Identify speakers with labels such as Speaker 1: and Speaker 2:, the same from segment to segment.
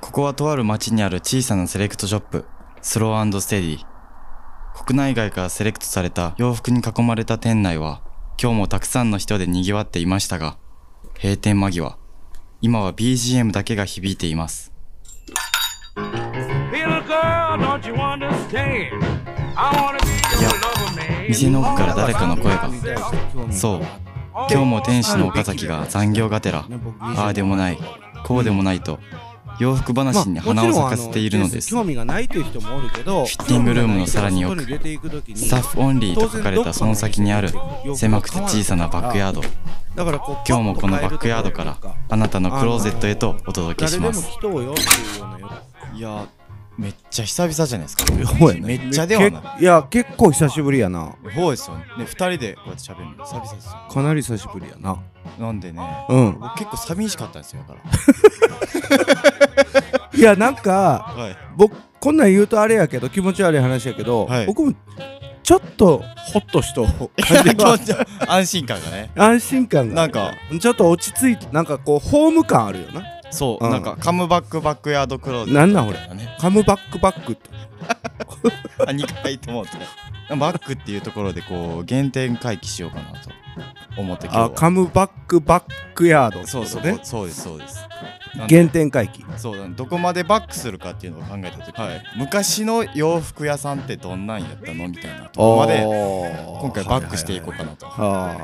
Speaker 1: こはとある町にある小さなセレクトショップ、スローステディ。国内外からセレクトされた洋服に囲まれた店内は、今日もたくさんの人で賑わっていましたが、閉店間際、今は BGM だけが響いています。
Speaker 2: Little girl, don't you understand? I wanna be your lover, man.
Speaker 1: 店の奥から誰かの声が。そう、今日も天使の岡崎 が残業がてら、ああでもない、こうでもないと、洋服話に花を咲かせているのです。
Speaker 3: 興味がないという人もおるけど、
Speaker 1: フィッティングルームのさらに奥スタッフオンリーと書かれたその先にある狭くて小さなバックヤード
Speaker 3: だからこう
Speaker 1: 今日もこのバックヤードからあなたのクローゼットへとお届け
Speaker 3: 誰
Speaker 1: し
Speaker 3: でも
Speaker 1: ます
Speaker 3: 来とうよっていうようなよ。
Speaker 1: いやめっちゃ久々じゃないですか
Speaker 4: ほやね
Speaker 1: めっちゃではない
Speaker 4: や結構久しぶりやな
Speaker 1: ほうですよね2人でこうやって喋るの久々ですよ
Speaker 4: かなり久しぶりやな
Speaker 1: なんでね
Speaker 4: うん
Speaker 1: 僕結構寂しかったんですよだか
Speaker 4: いやなんから
Speaker 1: はい
Speaker 4: 僕こんなん言うとあれやけど気持ち悪い話やけど、
Speaker 1: はい
Speaker 4: 僕もちょっとホッとした感じが
Speaker 1: 安心感がね
Speaker 4: 安心感が
Speaker 1: なんか
Speaker 4: ちょっと落ち着いてなんかこうホーム感あるよな
Speaker 1: そう、
Speaker 4: うん
Speaker 1: なんかカムバックバックヤードクローゼット
Speaker 4: なんなん俺
Speaker 1: みたいね
Speaker 4: カムバックバックって
Speaker 1: あ2回ともってバックっていうところでこう原点回帰しようかなと思って今日は
Speaker 4: あカムバックバックヤードって
Speaker 1: そうそう、
Speaker 4: こと
Speaker 1: こそうですそうですなんで
Speaker 4: 原点回帰
Speaker 1: そうだ、ね、どこまでバックするかっていうのを考えた時、昔の洋服屋さんってどんなんやったのみたいなとこまで今
Speaker 4: 今
Speaker 1: 回バックしていこうかなと
Speaker 4: あ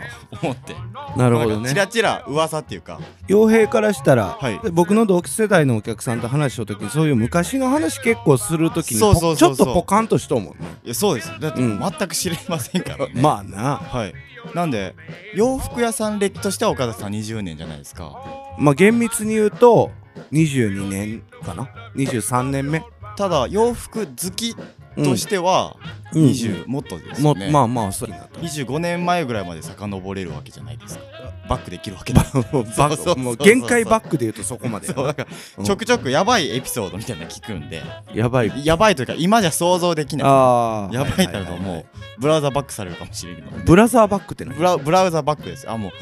Speaker 1: 思って
Speaker 4: あなるほど
Speaker 1: んか
Speaker 4: ね
Speaker 1: チラチラ噂っていうか
Speaker 4: 傭兵からしたら、
Speaker 1: はい
Speaker 4: で僕の同期世代のお客さんと話した時にそういう昔の話結構する時に
Speaker 1: そう
Speaker 4: ポ
Speaker 1: そう
Speaker 4: ち
Speaker 1: そ
Speaker 4: ょ
Speaker 1: う
Speaker 4: っ
Speaker 1: そう
Speaker 4: とポカンとしとうもんね
Speaker 1: いやそうですだって
Speaker 4: うん
Speaker 1: 全く知れませんからね、
Speaker 4: まあな
Speaker 1: はいなんで洋服屋さん歴としては岡田さん20年じゃないですか
Speaker 4: まあ厳密に言うと22年かな23年目
Speaker 1: ただ洋服好き
Speaker 4: うん
Speaker 1: としては
Speaker 4: うん
Speaker 1: 20、もっとです
Speaker 4: も
Speaker 1: よね、
Speaker 4: まあまあそうになった
Speaker 1: 25年前ぐらいまで遡れるわけじゃないですかバックできるわけだ
Speaker 4: もうバ
Speaker 1: そうそうそう
Speaker 4: ックもう限界バックで言うとそこまで
Speaker 1: そうだから
Speaker 4: うん
Speaker 1: ちょくちょくやばいエピソードみたいなの聞くんで
Speaker 4: やばい
Speaker 1: やばいというか今じゃ想像できない
Speaker 4: ああ
Speaker 1: やばいってなるともうブラウザバックされるかもしれない
Speaker 4: ブラザーバックって何
Speaker 1: ブラブラウザバックですあもう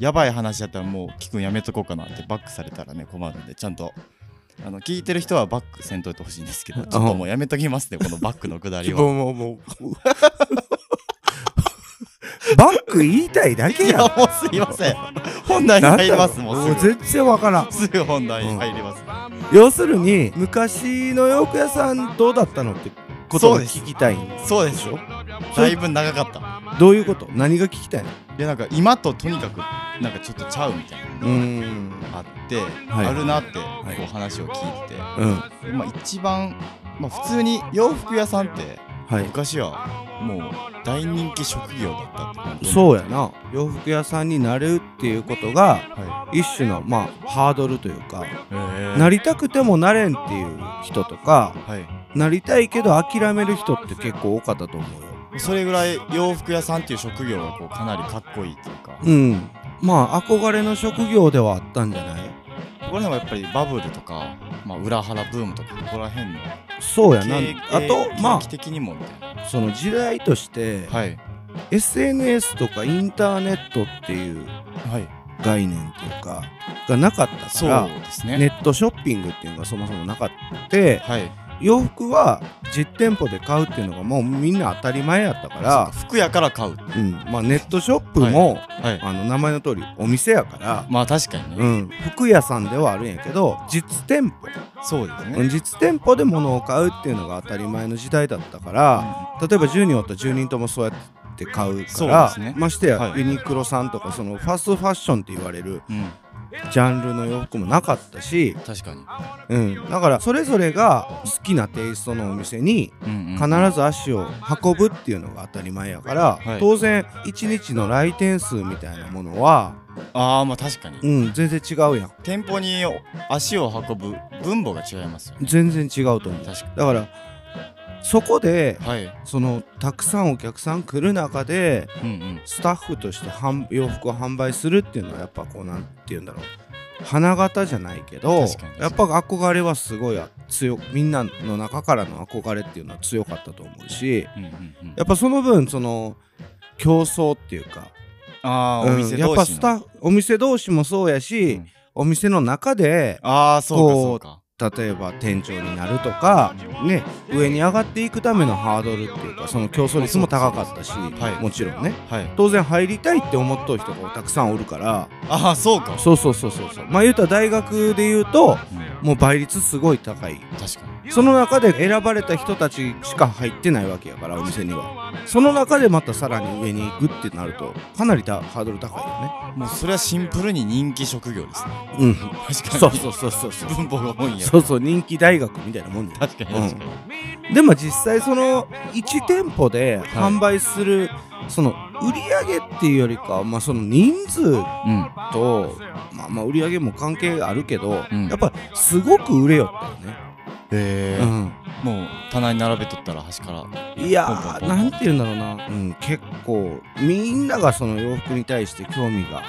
Speaker 1: やばい話やったらもう聞くんやめとこうかなってバックされたらね困るんでちゃんとあの聞いてる人はバックせんといてほしいんですけどちょっともうやめときますねこのバックのくだり
Speaker 4: も
Speaker 1: は
Speaker 4: うもうもう バック言いたいだけ
Speaker 1: い
Speaker 4: や
Speaker 1: や
Speaker 4: ん
Speaker 1: もうすいません本題に入りますも
Speaker 4: なんだ
Speaker 1: う
Speaker 4: ろ
Speaker 1: すぐ
Speaker 4: 全然わからん
Speaker 1: すぐ本題に入ります
Speaker 4: 要するに昔の洋服屋さんどうだったのってことを聞きたい
Speaker 1: そうでしょだいぶ長かった
Speaker 4: どういうこと何が聞きたいの
Speaker 1: いやなんか今ととにかくなんかちょっとちゃうみたいなの
Speaker 4: うーん
Speaker 1: があって、
Speaker 4: い
Speaker 1: あるなってこ
Speaker 4: いう
Speaker 1: 話を聞いてて、
Speaker 4: うん
Speaker 1: まあ、一番、まあ、普通に洋服屋さんって
Speaker 4: はい
Speaker 1: 昔はもう大人気職業だったってこと
Speaker 4: そうやな洋服屋さんになるっていうことが
Speaker 1: は
Speaker 4: 一種のまあハードルというか
Speaker 1: い、へ
Speaker 4: なりたくてもなれんっていう人とか
Speaker 1: は
Speaker 4: なりたいけど諦める人って結構多かったと思うよ
Speaker 1: い、それぐらい洋服屋さんっていう職業がこうかなりかっこいいっていうか、
Speaker 4: うんまあ憧れの職業ではあったんじゃない
Speaker 1: ここら辺はやっぱりバブルとか、まあ、裏腹ブームとかここら辺の
Speaker 4: そうやな
Speaker 1: 経
Speaker 4: あとま
Speaker 1: 景気的にもみたいな
Speaker 4: あその時代として
Speaker 1: はい、
Speaker 4: SNS とかインターネットっていう
Speaker 1: はい、
Speaker 4: 概念というかがなかったか
Speaker 1: そ
Speaker 4: ら
Speaker 1: うですね
Speaker 4: ネットショッピングっていうのがそもそもなかった
Speaker 1: はい
Speaker 4: 洋服は実店舗で買うっていうのがもうみんな当たり前やったから、
Speaker 1: 服屋から買う
Speaker 4: うんまあ、ネットショップも、
Speaker 1: はい
Speaker 4: あの名前の通りお店やから、
Speaker 1: まあ確かにね、
Speaker 4: うん、服屋さんではあるんやけど実店舗、
Speaker 1: そうですね、
Speaker 4: うん実店舗で物を買うっていうのが当たり前の時代だったから、例えば10人おったら10人ともそうやって買う
Speaker 1: そう
Speaker 4: か
Speaker 1: で
Speaker 4: ら
Speaker 1: すね
Speaker 4: ましてや、
Speaker 1: はい
Speaker 4: ユニクロさんとかそのファストファッションって言われる
Speaker 1: うん、うん
Speaker 4: ジャンルの洋服もなかったし、
Speaker 1: 確かに、
Speaker 4: うん、だからそれぞれが好きなテイストのお店に
Speaker 1: うんうん
Speaker 4: 必ず足を運ぶっていうのが当たり前やから、
Speaker 1: はい
Speaker 4: 当然1日の来店数みたいなものは、
Speaker 1: ああまあ確かに、
Speaker 4: うん、全然違うやん
Speaker 1: 店舗に足を運ぶ分母が違いますよね
Speaker 4: 全然違うと思う
Speaker 1: 確か
Speaker 4: だからそこで
Speaker 1: にはい
Speaker 4: そのたくさんお客さん来る中で
Speaker 1: うんうん
Speaker 4: スタッフとして販洋服を販売するっていうのはやっぱこうなんて言うんだろう花形じゃないけど
Speaker 1: 確かに
Speaker 4: やっぱ憧れはすごいあ強みんなの中からの憧れっていうのは強かったと思うし
Speaker 1: うんうんうん
Speaker 4: やっぱその分その競争っていうか
Speaker 1: ああーお店
Speaker 4: うん、やっ
Speaker 1: 同
Speaker 4: ぱ
Speaker 1: 士
Speaker 4: ス
Speaker 1: の
Speaker 4: タッフお店同士もそうやし、
Speaker 1: うん
Speaker 4: お店の中で
Speaker 1: ああそうかそうか
Speaker 4: 例えば店長になるとか、ね、上に上がっていくためのハードルっていうかその競争率も高かったし、
Speaker 1: はい
Speaker 4: もちろんね
Speaker 1: はい
Speaker 4: 当然入りたいって思っとる人がたくさんおるから
Speaker 1: ああそうか、
Speaker 4: そうそうそうそうそうまあ言うたら大学で言うと
Speaker 1: うん、
Speaker 4: もう倍率すごい高い
Speaker 1: 確かに
Speaker 4: その中で選ばれた人たちしか入ってないわけやからお店にはその中でまたさらに上に行くってなるとかなりたハードル高い
Speaker 1: もうそれはシンプルに人気職業ですね
Speaker 4: よね
Speaker 1: 確
Speaker 4: うん
Speaker 1: かに
Speaker 4: そうそうそうそうそう
Speaker 1: 文法が多いんや
Speaker 4: そうそう人気大学みたいなもんや
Speaker 1: 確かに確かに、
Speaker 4: でも実際その1店舗で販売する、その売り上げっていうよりかは、まあ、その人数
Speaker 1: うん
Speaker 4: と、まあ、まあ売り上げも関係あるけど、
Speaker 1: うん
Speaker 4: やっぱすごく売れよったよね、
Speaker 1: えーもう棚に並べとったら端から
Speaker 4: うん、いや
Speaker 1: ポンポンポ
Speaker 4: ー
Speaker 1: ン
Speaker 4: なんて言うんだろうな、うん、結構みんながその洋服に対して興味があ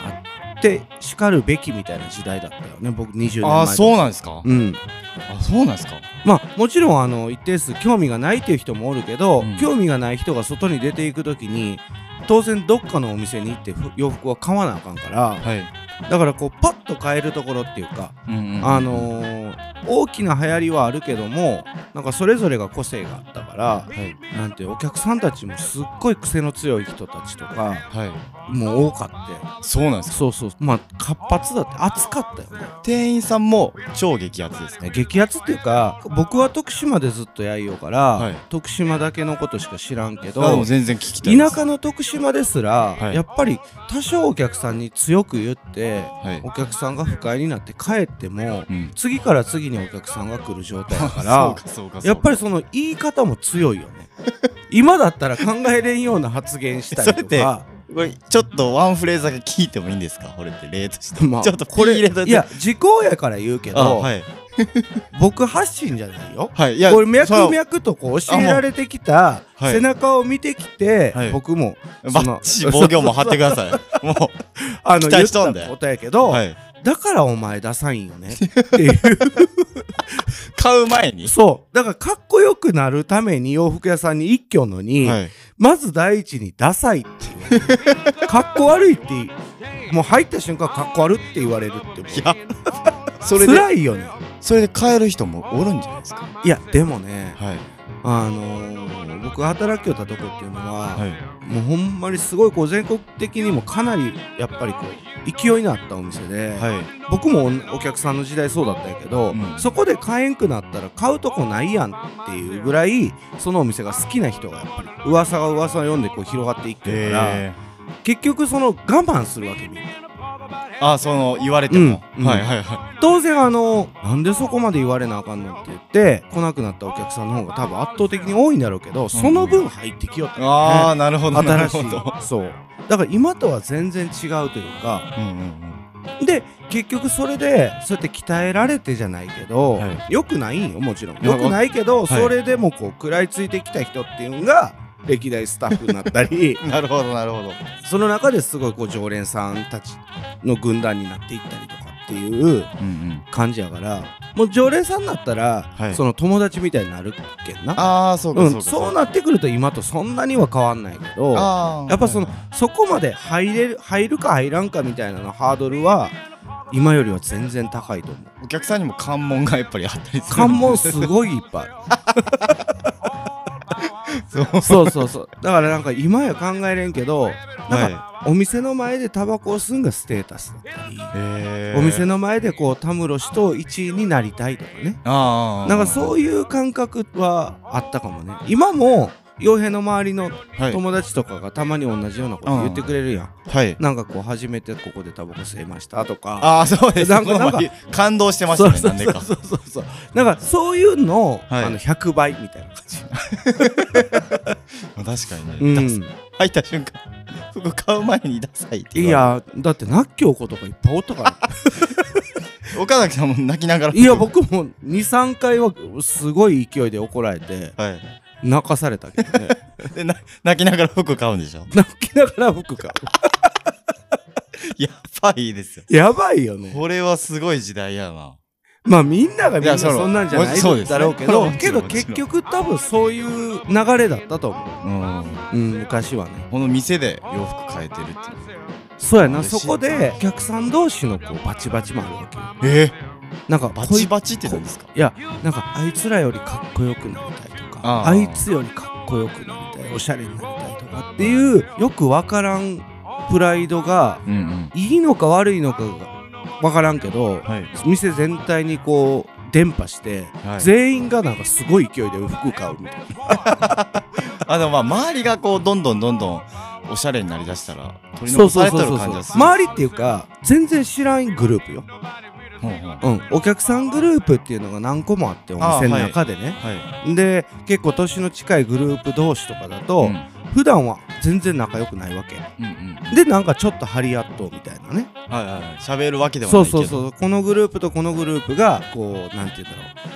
Speaker 4: ってしかるべきみたいな時代だったよね僕20年前
Speaker 1: ああそうなんですか、
Speaker 4: うん、
Speaker 1: あそうなんですか
Speaker 4: まあもちろんあの一定数興味がないっていう人もおるけど、
Speaker 1: うん
Speaker 4: 興味がない人が外に出ていく時に当然どっかのお店に行ってふ洋服は買わなあかんから
Speaker 1: はい
Speaker 4: だからこうパッと買えるところっていうか、
Speaker 1: うんうんうん
Speaker 4: あのー大きな流行りはあるけどもなんかそれぞれが個性があったから、なんてお客さんたちもすっごい癖の強い人たちとか
Speaker 1: はい
Speaker 4: もう多か
Speaker 1: そうなんで
Speaker 4: って
Speaker 1: すか
Speaker 4: そうそうまあ活発だって熱かったよね
Speaker 1: 店員さんも超激アツですか
Speaker 4: 激アツっていうか僕は徳島でずっとやいようから、
Speaker 1: はい
Speaker 4: 徳島だけのことしか知らんけど
Speaker 1: あでも全然聞きたいで
Speaker 4: 田
Speaker 1: す
Speaker 4: 舎の徳島ですら、
Speaker 1: はい
Speaker 4: やっぱり多少お客さんに強く言って
Speaker 1: はい
Speaker 4: お客さんが不快になって帰っても
Speaker 1: うん
Speaker 4: 次から次にお客さんが来る状態だか
Speaker 1: そう
Speaker 4: ら
Speaker 1: かそうか
Speaker 4: やっぱ
Speaker 1: り
Speaker 4: りその言い方も強いよ ね今だったら考えれんような発言した り
Speaker 1: それっ
Speaker 4: と
Speaker 1: て
Speaker 4: か
Speaker 1: これちょっとワンフレーズだけ聞いてもいいんですかこれって例として、
Speaker 4: まあ
Speaker 1: ちょっとこれ入れといて
Speaker 4: いや時効やから言うけ
Speaker 1: あ
Speaker 4: ど、
Speaker 1: はい
Speaker 4: 僕発信じゃないよ
Speaker 1: はいいや
Speaker 4: これ脈
Speaker 1: それは
Speaker 4: 々とこう教えられてきた
Speaker 1: あもうはい
Speaker 4: 背中を見てきて、
Speaker 1: はい
Speaker 4: 僕も
Speaker 1: バッチリ防御も張ってくださいも
Speaker 4: あの
Speaker 1: 期
Speaker 4: 言
Speaker 1: 待
Speaker 4: っ
Speaker 1: しとんで
Speaker 4: たことやけど、
Speaker 1: うはい
Speaker 4: だからお前ダサいんよねっていう
Speaker 1: 買う前に
Speaker 4: そうだからかっこよくなるために洋服屋さんに一挙のに、
Speaker 1: はい
Speaker 4: まず第一にダサいっ ていうかっこ悪いってもう入った瞬間かっこ悪いって言われる っても
Speaker 1: いやそれで
Speaker 4: 辛いよね
Speaker 1: それで買える人もおるんじゃないですか
Speaker 4: いやでもね
Speaker 1: はい
Speaker 4: あのー僕働きよったとこっていうのは、
Speaker 1: はい
Speaker 4: もうほんまにすごいこう全国的にもかなりやっぱりこう勢いのあったお店で、
Speaker 1: はい
Speaker 4: 僕もおお客さんの時代そうだったんやけ
Speaker 1: う
Speaker 4: ど、
Speaker 1: ん
Speaker 4: そこで買えんくなったら買うとこないやんっていうぐらいそのお店が好きな人がやっぱり噂が噂を読んでこう広がっていってるから、
Speaker 1: え
Speaker 4: 結局その我慢するわけみんな
Speaker 1: ー、あその言われても、
Speaker 4: うん
Speaker 1: はいはいは
Speaker 4: 当然あのなんでそこまで言われなあかんのって言って来なくなったお客さんの方が多分圧倒的に多いんだろうけどその分入ってきよった
Speaker 1: いああ、なるほど なる
Speaker 4: 新し
Speaker 1: ほ
Speaker 4: い
Speaker 1: ど、
Speaker 4: そうだから今とは全然違うというか
Speaker 1: うんうん
Speaker 4: で結局それでそうやって鍛えられてじゃないけど、
Speaker 1: は
Speaker 4: 良くないんよもちろん
Speaker 1: いや
Speaker 4: 良くないけ
Speaker 1: は
Speaker 4: ど、
Speaker 1: い
Speaker 4: それでもこう食らいついてきた人っていうのが歴代スタッフになっ たり
Speaker 1: うん、なるほどなるほど
Speaker 4: その中ですごいこう常連さんたちの軍団になっていったりとかっていう
Speaker 1: うんうん
Speaker 4: 感じやからもう常連さんだったら、
Speaker 1: はい
Speaker 4: その友達みたいになるけんな。
Speaker 1: ああそうか
Speaker 4: う
Speaker 1: そ
Speaker 4: ん、
Speaker 1: うか
Speaker 4: そうなってくると今とそんなには変わんないけど
Speaker 1: あー
Speaker 4: やっぱその
Speaker 1: はい
Speaker 4: そこまで入れる入るか入らんかみたいなのハードルは今よりは全然高いと思う
Speaker 1: お客さんにも関門がやっぱりあったりする
Speaker 4: 関門すごいいっぱいあ
Speaker 1: そう
Speaker 4: る そうそうそうだからなんか今や考えれんけどなんか
Speaker 1: は
Speaker 4: お店の前でタバコを吸うんがステータスだったり、
Speaker 1: いえー、
Speaker 4: お店の前でこうたむろしと1位になりたいとかね
Speaker 1: ああ
Speaker 4: なんかそういう感覚はあったかもね今も傭兵の周りの
Speaker 1: はい
Speaker 4: 友達とかがたまに同じようなこと言ってくれるやん、
Speaker 1: はい
Speaker 4: なんかこう初めてここでタバコ吸えましたとか
Speaker 1: ああそうです
Speaker 4: なんか
Speaker 1: この前感動してましたね
Speaker 4: そう
Speaker 1: なんで
Speaker 4: そう
Speaker 1: か
Speaker 4: そうそうそうなんかそういうのを、
Speaker 1: はい
Speaker 4: あの100倍みたいな感じ、
Speaker 1: 確かにね、
Speaker 4: う
Speaker 1: ダサ
Speaker 4: ん、
Speaker 1: 入った瞬間服買う前にダサいって
Speaker 4: い
Speaker 1: 言わ
Speaker 4: やだってなっきょうことかいっぱいおっ たから
Speaker 1: れて岡崎さんも泣きながら
Speaker 4: いや僕も23回はすごい勢いで怒られて
Speaker 1: はい
Speaker 4: 泣かされたけどね
Speaker 1: でな泣きながら服買うんでしょ
Speaker 4: 泣きながら服か
Speaker 1: やばいですよ
Speaker 4: やばいよね
Speaker 1: これはすごい時代やな
Speaker 4: まあみんながみん
Speaker 1: い
Speaker 4: な
Speaker 1: やその
Speaker 4: そんなんじゃな
Speaker 1: もちそう
Speaker 4: い
Speaker 1: です
Speaker 4: だろうけ
Speaker 1: これ
Speaker 4: ど
Speaker 1: はもち
Speaker 4: け
Speaker 1: ろん
Speaker 4: ど結局多分そういう流れだったと思
Speaker 1: うん
Speaker 4: う、うん、昔はね
Speaker 1: この店で洋服変えてるっていう
Speaker 4: そうやな
Speaker 1: 嬉し
Speaker 4: そ
Speaker 1: い
Speaker 4: こでお客さん同士のこうバチバチもあるわけよ
Speaker 1: え
Speaker 4: なんか
Speaker 1: バ
Speaker 4: こい
Speaker 1: チバチって何ですか
Speaker 4: いやなんかあいつらよりかっこよくなりたいとか
Speaker 1: あ
Speaker 4: あ
Speaker 1: あ
Speaker 4: いつよりかっこよくなりたいおしゃれになりたいとかっていうよくわからんプライドが
Speaker 1: うんうん
Speaker 4: いいのか悪いのかがわからんけど
Speaker 1: はい
Speaker 4: 店全体にこう伝播して、
Speaker 1: はい
Speaker 4: 全員がなんかすごい勢いで服買うみたいな
Speaker 1: あでもまあ周りがこうどんどんどんどんおしゃれになりだしたら取り残されてる感じがする
Speaker 4: 周りっていうか全然知らんグループよ、
Speaker 1: ほうほう
Speaker 4: うん、お客さんグループっていうのが何個もあってお
Speaker 1: ああ
Speaker 4: 店の中でね、
Speaker 1: はい
Speaker 4: で結構年の近いグループ同士とかだと、
Speaker 1: うん
Speaker 4: 普段は全然仲良くないわけ
Speaker 1: うんうん
Speaker 4: でなんかちょっと張り合っとうみたいなね
Speaker 1: はいはいはい喋るわけではな
Speaker 4: そ
Speaker 1: いうけど
Speaker 4: そうそうこのグループとこのグループがこうなんて言うんだろ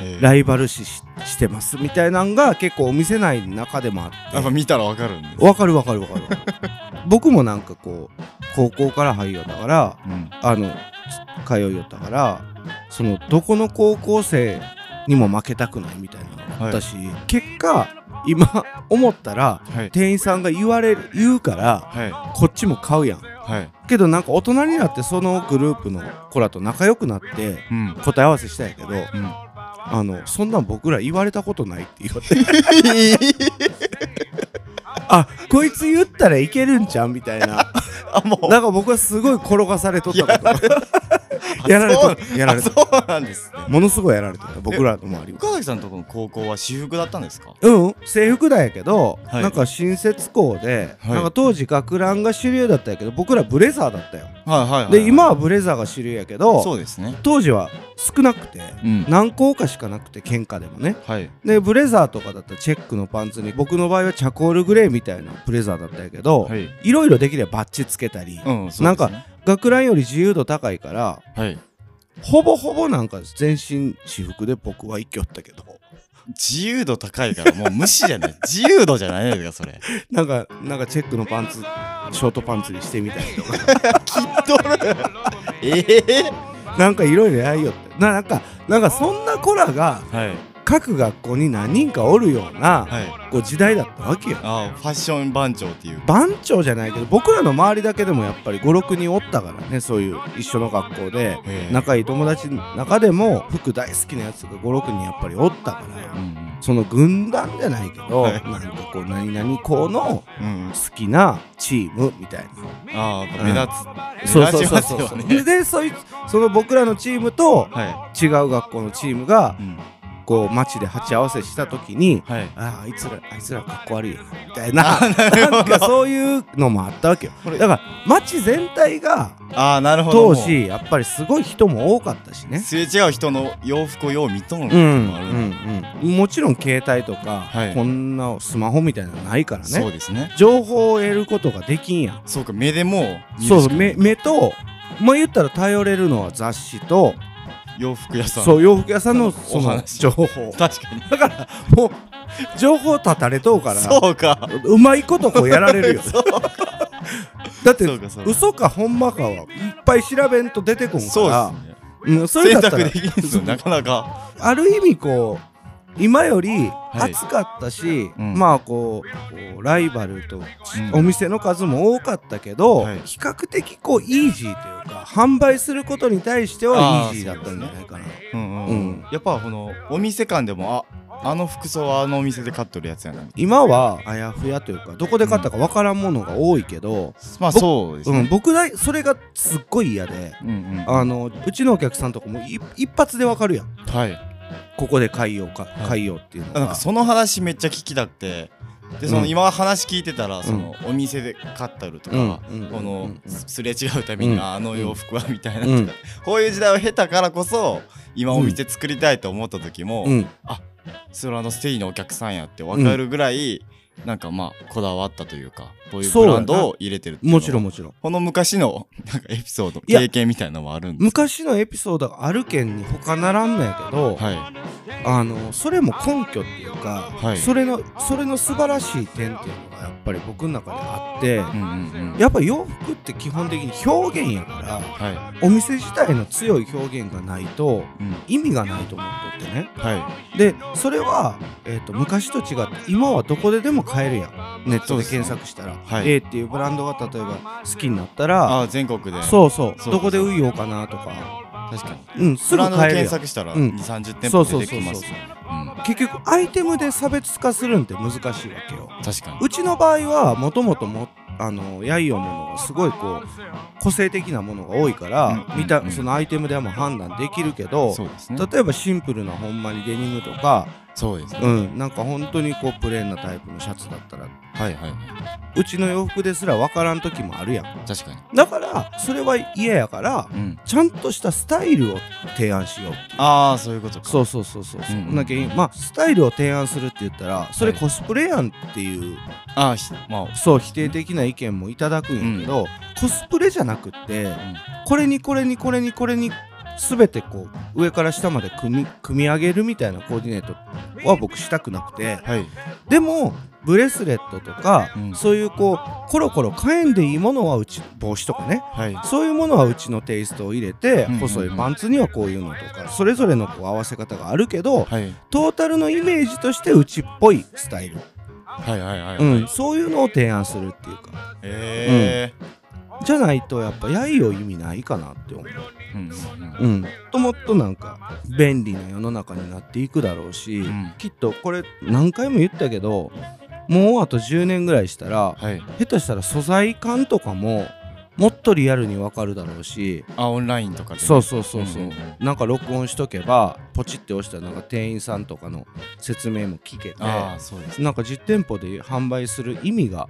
Speaker 4: う
Speaker 1: へえ
Speaker 4: ライバル視ししてますみたいなんが結構お店内の中でもあって
Speaker 1: やっぱ見たらわかるんです
Speaker 4: わかるわかるわかる 僕もなんかこう高校から入りよったから
Speaker 1: うん
Speaker 4: あの通いよったからそのどこの高校生にも負けたくないみたいなのがあったし、結果今思ったら
Speaker 1: はい
Speaker 4: 店員さんが言われる言うから
Speaker 1: はい
Speaker 4: こっちも買うやん
Speaker 1: はい
Speaker 4: けどなんか大人になってそのグループの子らと仲良くなって
Speaker 1: うん
Speaker 4: 答え合わせしたんやけど
Speaker 1: うん
Speaker 4: あのそんなん僕ら言われたことないって言われて あこいつ言ったらいけるんちゃうみたい な
Speaker 1: あもう
Speaker 4: なんか僕はすごい転がされとったことやられとやられ
Speaker 1: あ
Speaker 4: と
Speaker 1: そうなんですね
Speaker 4: ものすごいやられてた僕らの周りは
Speaker 1: 岡崎さんとこの高校は私服だったんですか
Speaker 4: うん制服だやけど、
Speaker 1: はい
Speaker 4: なんか新設校で、
Speaker 1: はい
Speaker 4: なんか当時学ランが主流だったんやけど僕らブレザーだったよ
Speaker 1: はいはいはい
Speaker 4: で今はブレザーが主流やけど
Speaker 1: そうですね
Speaker 4: 当時は少なくて、
Speaker 1: うん
Speaker 4: 何校かしかなくて喧嘩でもね
Speaker 1: はい
Speaker 4: でブレザーとかだったらチェックのパンツに僕の場合はチャコールグレーみたいなブレザーだったんやけど、
Speaker 1: はい
Speaker 4: いろいろできればバッチつけたり、
Speaker 1: うんそうですね
Speaker 4: なんか学ランより自由度高いから
Speaker 1: はい
Speaker 4: ほぼほぼなんか全身私服で僕は一挙ったけど
Speaker 1: 自由度高いからもう無視じゃない自由度じゃないですかそれ
Speaker 4: なんかなんかチェックのパンツシ ョートパンツにしてみたりとか
Speaker 1: ええ
Speaker 4: なんか いろいろやりよってななんかなんかそんな子らが
Speaker 1: はい
Speaker 4: 各学校に何人かおるような、
Speaker 1: はい
Speaker 4: こう時代だったわけよ
Speaker 1: あファッション番長っていう
Speaker 4: 番長じゃないけど僕らの周りだけでもやっぱり56人おったからねそういう一緒の学校で
Speaker 1: へえ
Speaker 4: 仲いい友達の中でも服大好きなやつが56人やっぱりおったか
Speaker 1: う
Speaker 4: ら
Speaker 1: ん
Speaker 4: その軍団じゃないけど、
Speaker 1: はい
Speaker 4: なんかこう何々校の
Speaker 1: うんうん
Speaker 4: 好きなチームみたいな
Speaker 1: ああ目立つ
Speaker 4: そう
Speaker 1: 目
Speaker 4: そ
Speaker 1: 立
Speaker 4: う
Speaker 1: ち
Speaker 4: そう
Speaker 1: ます
Speaker 4: そう
Speaker 1: よ
Speaker 4: で
Speaker 1: ね
Speaker 4: でそいつその僕らのチームと
Speaker 1: は
Speaker 4: 違う学校のチームが
Speaker 1: いうん
Speaker 4: こう街で鉢合わせした時に
Speaker 1: はい
Speaker 4: あああいつらあいつらかっこ悪いよなみたいななんかそういうのもあったわけよ
Speaker 1: これ
Speaker 4: だから街全体が
Speaker 1: ああなるほど
Speaker 4: 当
Speaker 1: も
Speaker 4: 時やっぱりすごい人も多かったし
Speaker 1: う
Speaker 4: ね
Speaker 1: すれ違う人の洋服をよう見とるの
Speaker 4: うん
Speaker 1: もある
Speaker 4: うんうんもちろん携帯とか、
Speaker 1: はい
Speaker 4: こんなスマホみたいなのないから
Speaker 1: そ
Speaker 4: ね
Speaker 1: うですね
Speaker 4: 情報を得ることができんやん
Speaker 1: そうか目でもう見るしか
Speaker 4: そう目目とまあ言ったら頼れるのは雑誌と
Speaker 1: 洋服屋さん
Speaker 4: そう洋服屋さんのそ
Speaker 1: お
Speaker 4: の
Speaker 1: 話
Speaker 4: 情報
Speaker 1: 確かに
Speaker 4: だからもう情報断たれとうから
Speaker 1: そうか
Speaker 4: うまいことこうやられる よ
Speaker 1: そう
Speaker 4: だって
Speaker 1: そうかそうか
Speaker 4: 嘘かほんまかはいっぱい調べんと出てこん
Speaker 1: そう
Speaker 4: か
Speaker 1: ですね
Speaker 4: らうんそれ
Speaker 1: 選
Speaker 4: だった
Speaker 1: 択
Speaker 4: ら
Speaker 1: できるんですよなかなか
Speaker 4: ある意味こう今より
Speaker 1: い
Speaker 4: 暑かったし、
Speaker 1: うん
Speaker 4: まあこうこうライバルと
Speaker 1: ん
Speaker 4: お店の数も多かったけど、
Speaker 1: はい
Speaker 4: 比較的こうイージーというか販売することに対して
Speaker 1: あ
Speaker 4: は
Speaker 1: ー
Speaker 4: イージーだったんじゃないかな、
Speaker 1: うん
Speaker 4: うん
Speaker 1: やっぱこのお店間でもああの服装はあのお店で買っとるやつやな
Speaker 4: 今はあやふやというかどこで買ったかわからんものが多いけど、
Speaker 1: まあ
Speaker 4: 僕
Speaker 1: そうです
Speaker 4: う
Speaker 1: ね
Speaker 4: ん、僕だそれがすっごい嫌で
Speaker 1: うんうん
Speaker 4: あのうちのお客さんとかもい一発でわかるやん
Speaker 1: はい
Speaker 4: ここで買いようか
Speaker 1: い
Speaker 4: 買いようっていうの
Speaker 1: なんか
Speaker 4: が。
Speaker 1: その話めっちゃ聞きたくてでその
Speaker 4: うん
Speaker 1: 今話聞いてたらそのお店で買ったるとか
Speaker 4: うんうん
Speaker 1: こ
Speaker 4: う
Speaker 1: の
Speaker 4: ん
Speaker 1: すれ違うため
Speaker 4: う
Speaker 1: に
Speaker 4: ん
Speaker 1: あの洋服はみたいな
Speaker 4: う
Speaker 1: と
Speaker 4: ん
Speaker 1: かこういう時代を経たからこそ今お店作りたいと思った時も
Speaker 4: うん
Speaker 1: それはあのステイのお客さんやって分かるぐらいなんかまあこだわったというかこういうブランドを入れてるっていうの
Speaker 4: も
Speaker 1: は
Speaker 4: ちろんもちろん
Speaker 1: この昔のなんかエピソード
Speaker 4: いや
Speaker 1: 経験みたいなのもあるんです
Speaker 4: 昔のエピソードがあるけんに他ならんのやけど、
Speaker 1: はい
Speaker 4: あのそれも根拠っていうか、
Speaker 1: はい
Speaker 4: それのそれの素晴らしい点っていうのがやっぱり僕の中であって、
Speaker 1: うんうんうん
Speaker 4: やっぱ洋服って基本的に表現やから
Speaker 1: は
Speaker 4: お店自体の強い表現がないと
Speaker 1: いうん
Speaker 4: 意味がないと思っとってね
Speaker 1: は
Speaker 4: でそれは、えー、と昔と違って今はどこででも買えるやんネットで検索したら、
Speaker 1: はい
Speaker 4: A っていうブランドが例えば好きになった
Speaker 1: あ
Speaker 4: ら
Speaker 1: あ全国で
Speaker 4: そうそう
Speaker 1: そう
Speaker 4: どこで売いようかなとか
Speaker 1: 確かに
Speaker 4: うん、す
Speaker 1: ブ
Speaker 4: ぐ
Speaker 1: ランドで
Speaker 4: 買え
Speaker 1: 検
Speaker 4: るやん
Speaker 1: 索したら
Speaker 4: うん
Speaker 1: 2 3 0店舗
Speaker 4: そうそ
Speaker 1: 出
Speaker 4: う
Speaker 1: て
Speaker 4: そう
Speaker 1: き
Speaker 4: そう
Speaker 1: ますうん
Speaker 4: 結局アイテムで差別化するんって難しいわけよ
Speaker 1: 確かに
Speaker 4: うちの場合はもともともあのやいよものがすごいこう個性的なものが多いから、
Speaker 1: うん
Speaker 4: 見た
Speaker 1: うん
Speaker 4: そのアイテムでも判断できるけど、
Speaker 1: そうですね
Speaker 4: 例えばシンプルなほんまにデニムとか、
Speaker 1: そうですね
Speaker 4: うん、なんか本当にこうプレーンなタイプのシャツだったら
Speaker 1: はいはいう
Speaker 4: ちの洋服ですら分からん時もあるやん
Speaker 1: 確かに
Speaker 4: だからそれは嫌やから
Speaker 1: うん
Speaker 4: ちゃんとしたスタイルを提案しようっていう
Speaker 1: ああそういうことか
Speaker 4: そうそうそうそう、
Speaker 1: うんうん
Speaker 4: だけまあスタイルを提案するって言ったらそれコスプレやんっていう、
Speaker 1: ああひまあ
Speaker 4: そう否定的な意見もいただくんやけど、コスプレじゃなくってこれにこれにこれにこれに全てこう上から下まで組み組み上げるみたいなコーディネートは僕したくなくて
Speaker 1: はい
Speaker 4: でもブレスレットとか、
Speaker 1: うん
Speaker 4: そういうこうコロコロ変えんでいいものはうち帽子とかね
Speaker 1: はい
Speaker 4: そういうものはうちのテイストを入れて、
Speaker 1: うんうん
Speaker 4: 細いパンツにはこういうのとかそれぞれのこう合わせ方があるけど、
Speaker 1: はい
Speaker 4: トータルのイメージとしてうちっぽいスタイル、
Speaker 1: はいはいはいはい
Speaker 4: うん、そういうのを提案するっていうか
Speaker 1: え
Speaker 4: じゃないとやっぱやいよ意味ないかなって思う、
Speaker 1: えうんうん
Speaker 4: うん、もっともっとなんか便利な世の中になっていくだろうし、
Speaker 1: ん
Speaker 4: きっとこれ何回も言ったけどもうあと10年ぐらいしたら
Speaker 1: はい
Speaker 4: 下手したら素材感とかももっとリアルに分かるだろうし
Speaker 1: あオンラインとかでね
Speaker 4: そうそうそうそう、
Speaker 1: うんうんうん
Speaker 4: なんか録音しとけばポチって押したらなんか店員さんとかの説明も聞けて
Speaker 1: ああそうです
Speaker 4: なんか実店舗で販売する意味が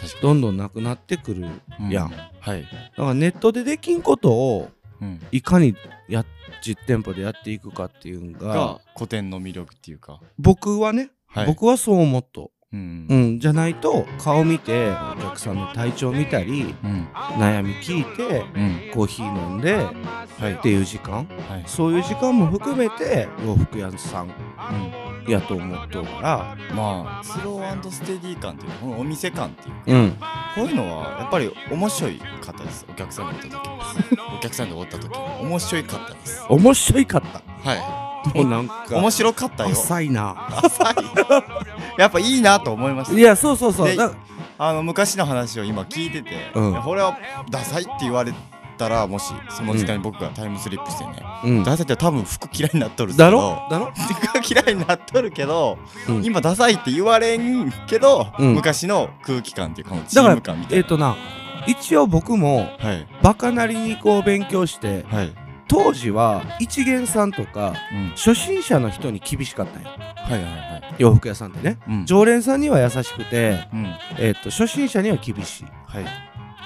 Speaker 1: 確か
Speaker 4: どんどんなくなってくるだか
Speaker 1: にう
Speaker 4: いや
Speaker 1: はい
Speaker 4: らネットでできんことを
Speaker 1: うん
Speaker 4: いかにや実店舗でやっていくかっていうのが
Speaker 1: が古典の魅力っていうか
Speaker 4: 僕はね、
Speaker 1: はい
Speaker 4: 僕はそう思っと
Speaker 1: うん
Speaker 4: う、うん、じゃないと顔見てお客さんの体調見たり
Speaker 1: うん
Speaker 4: 悩み聞いて
Speaker 1: うん
Speaker 4: コーヒー飲んで、
Speaker 1: はい
Speaker 4: っていう時間
Speaker 1: はい
Speaker 4: そういう時間も含めて洋服屋さん
Speaker 1: う
Speaker 4: やと思っとうか、
Speaker 1: んまあスローステディ感っていうかこのお店感っていうからこう
Speaker 4: うん、
Speaker 1: いうのはやっぱり面白い方ですお客さんがおった時お客さんがおった時面白いかったです
Speaker 4: 面白いかった
Speaker 1: は
Speaker 4: もうなん
Speaker 1: い
Speaker 4: か
Speaker 1: 面白かったよ
Speaker 4: 浅いな
Speaker 1: 浅いやっぱいいなと思いまし
Speaker 4: い
Speaker 1: た
Speaker 4: やそうそうそう
Speaker 1: で
Speaker 4: だ
Speaker 1: あの昔の話を今聞いてて、
Speaker 4: うん
Speaker 1: いやこれはダサいって言われたらもしその時間に僕がタイムスリップしてね、
Speaker 4: うん
Speaker 1: ダサいって多分服嫌いになっとるんですけ
Speaker 4: だ
Speaker 1: ど
Speaker 4: ろだろ
Speaker 1: 服嫌いになっとるけど、
Speaker 4: うん
Speaker 1: 今ダサいって言われんけど、
Speaker 4: うん
Speaker 1: 昔の空気感っていうかこのチ
Speaker 4: だ
Speaker 1: ー
Speaker 4: か
Speaker 1: ム
Speaker 4: ら
Speaker 1: 感みた
Speaker 4: えっ、
Speaker 1: い
Speaker 4: とな一応僕も
Speaker 1: なはい
Speaker 4: バカなりにこう勉強して
Speaker 1: はい、
Speaker 4: 当時は一元さんとか
Speaker 1: うん、
Speaker 4: 初心者の人に厳しかったんよ
Speaker 1: はいはいはい
Speaker 4: 洋服屋さんってね
Speaker 1: うん
Speaker 4: 常連さんには優しくて、
Speaker 1: うん
Speaker 4: えっと初心者には厳しい
Speaker 1: はい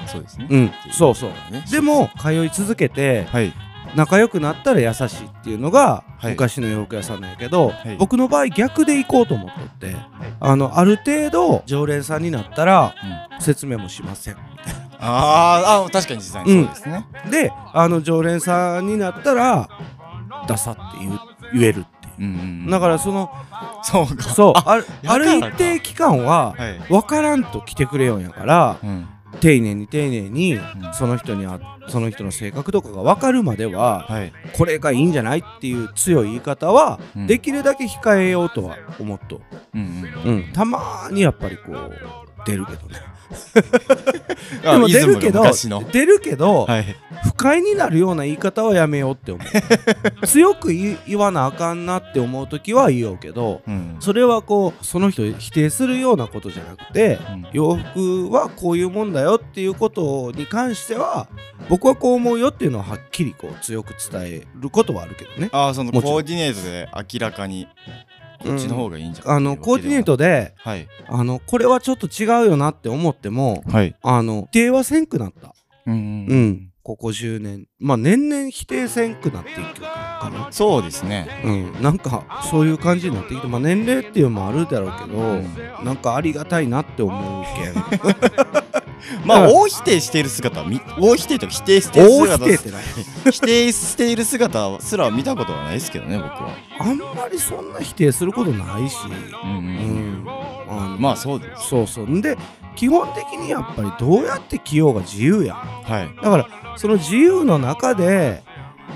Speaker 1: そうですね
Speaker 4: うんそうそう
Speaker 1: ね
Speaker 4: でも通い続けて
Speaker 1: はい
Speaker 4: 仲良くなったら優しいっていうのが
Speaker 1: はい
Speaker 4: 昔の洋服屋さんなんやけど、
Speaker 1: はい
Speaker 4: 僕の場合逆で行こうと思っとって、あのある程度常連さんになったら
Speaker 1: うん
Speaker 4: 説明もしません
Speaker 1: あーあ確かに実際にそうですね、
Speaker 4: であの常連さんになったらダサって言う言えるっていう
Speaker 1: うんうんうん
Speaker 4: だからその
Speaker 1: そうか
Speaker 4: そうある
Speaker 1: やか
Speaker 4: あ
Speaker 1: ら
Speaker 4: る
Speaker 1: か
Speaker 4: 一定期間は
Speaker 1: はい、
Speaker 4: 分からんと来てくれよんやから
Speaker 1: うん、
Speaker 4: 丁寧に丁寧に
Speaker 1: ん
Speaker 4: その人にあその人の性格とかが分かるまでは
Speaker 1: はい
Speaker 4: これがいいんじゃないっていう強い言い方は
Speaker 1: うん
Speaker 4: できるだけ控えようとは思っと
Speaker 1: うんうん
Speaker 4: う、うん、たまーにやっぱりこう出るけどね
Speaker 1: あ
Speaker 4: でも
Speaker 1: イ
Speaker 4: 出
Speaker 1: ズムが
Speaker 4: るけど
Speaker 1: 昔の
Speaker 4: 出るけど
Speaker 1: はい
Speaker 4: 不快になるような言い方はやめようって思 う強く言い言わなあかんなって思う時は言おうけど
Speaker 1: うん
Speaker 4: それはこうその人を否定するようなことじゃなくて
Speaker 1: うん
Speaker 4: 洋服はこういうもんだよっていうことに関しては僕はこう思うよっていうのははっきりこう強く伝えることはあるけどね。
Speaker 1: ああそのコ
Speaker 4: もちろん
Speaker 1: ーディネートで明らかにこっちの方がいいんじゃない
Speaker 4: あのコーディネートで
Speaker 1: はい
Speaker 4: あのこれはちょっと違うよなって思っても
Speaker 1: はい
Speaker 4: あの否定はせんくなった、
Speaker 1: うん
Speaker 4: う
Speaker 1: うん
Speaker 4: ん、ここ10年まあ年々否定せんくなっていくかな、
Speaker 1: そうですね
Speaker 4: うん、なんかそういう感じになってきて、まあ、年齢っていうのもあるだろうけど、
Speaker 1: ん
Speaker 4: なんかありがたいなって思うけん
Speaker 1: ま
Speaker 4: だ
Speaker 1: あ
Speaker 4: から
Speaker 1: 大否定している姿はみ大否定とか否定している
Speaker 4: 大
Speaker 1: 姿
Speaker 4: 否定ってない
Speaker 1: 否定している姿すら見たことはないですけどね僕は
Speaker 4: あんまりそんな否定することないし、
Speaker 1: うん
Speaker 4: う
Speaker 1: うん
Speaker 4: ん、あの
Speaker 1: まあそうです
Speaker 4: そうそうんで基本的にやっぱりどうやって着ようが自由やん
Speaker 1: はい
Speaker 4: だからその自由の中で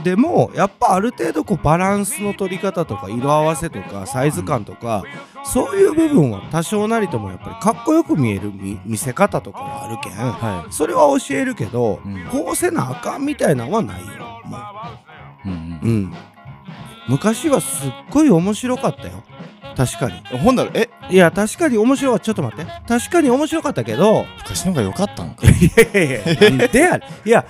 Speaker 4: でもやっぱある程度こうバランスの取り方とか色合わせとかサイズ感とか、そういう部分は多少なりともやっぱりかっこよく見える見見せ方とかはあるけん
Speaker 1: は
Speaker 4: それは教えるけど、
Speaker 1: うん
Speaker 4: こうせなあかんみたいなのはないよも
Speaker 1: いうん
Speaker 4: う、ん昔はすっごい面白かったよ確かに
Speaker 1: うん、ほんならえ
Speaker 4: いや確かに面白かったちょっと待って確かに面白かったけど
Speaker 1: 昔の方が良かったのか
Speaker 4: いやいやなんでやねんいや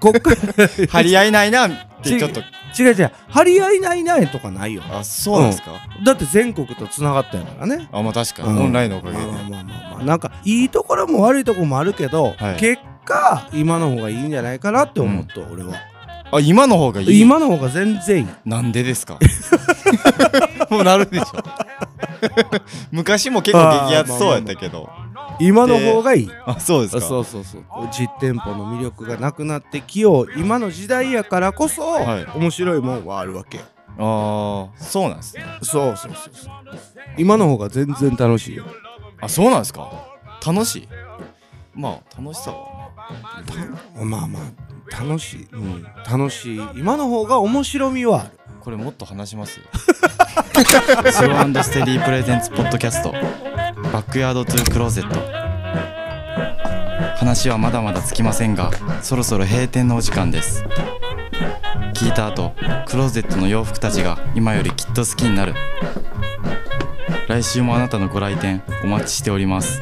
Speaker 4: こっから
Speaker 1: 張り合いないなってちょっと
Speaker 4: 違う違う張り合いないないとかないよ
Speaker 1: あそうなんですか、
Speaker 4: だって全国とつながったんやからね
Speaker 1: あまあ確かに、
Speaker 4: うん
Speaker 1: オンラインのおかげ
Speaker 4: ま
Speaker 1: で、
Speaker 4: あまあまあまあまあなんかいいところも悪いところもあるけど、
Speaker 1: はい
Speaker 4: 結果今の方がいいんじゃないかなって思った、俺は
Speaker 1: あ今の方がいい
Speaker 4: 今の方が全然いい
Speaker 1: なんでですか もうなるでしょ 昔も結構激アツそうやったけど
Speaker 4: 今の方がいい
Speaker 1: あそうです
Speaker 4: そう
Speaker 1: か
Speaker 4: そうそう実店舗の魅力がなくなってきよう今の時代やからこそ、
Speaker 1: はい
Speaker 4: 面白いもんはあるわけよ
Speaker 1: ああそうなんですね
Speaker 4: そうそうそうそう今の方が全然楽しいよ
Speaker 1: あそうなんですか楽しいまあ楽しさは
Speaker 4: まあまあ楽しい、うん、楽しい今の方が面白みはある
Speaker 1: これもっと話しますよスローステディープレゼンツポッドキャストバックヤードトゥクローゼット話はまだまだつきませんがそろそろ閉店のお時間です聞いた後クローゼットの洋服たちが今よりきっと好きになる来週もあなたのご来店お待ちしております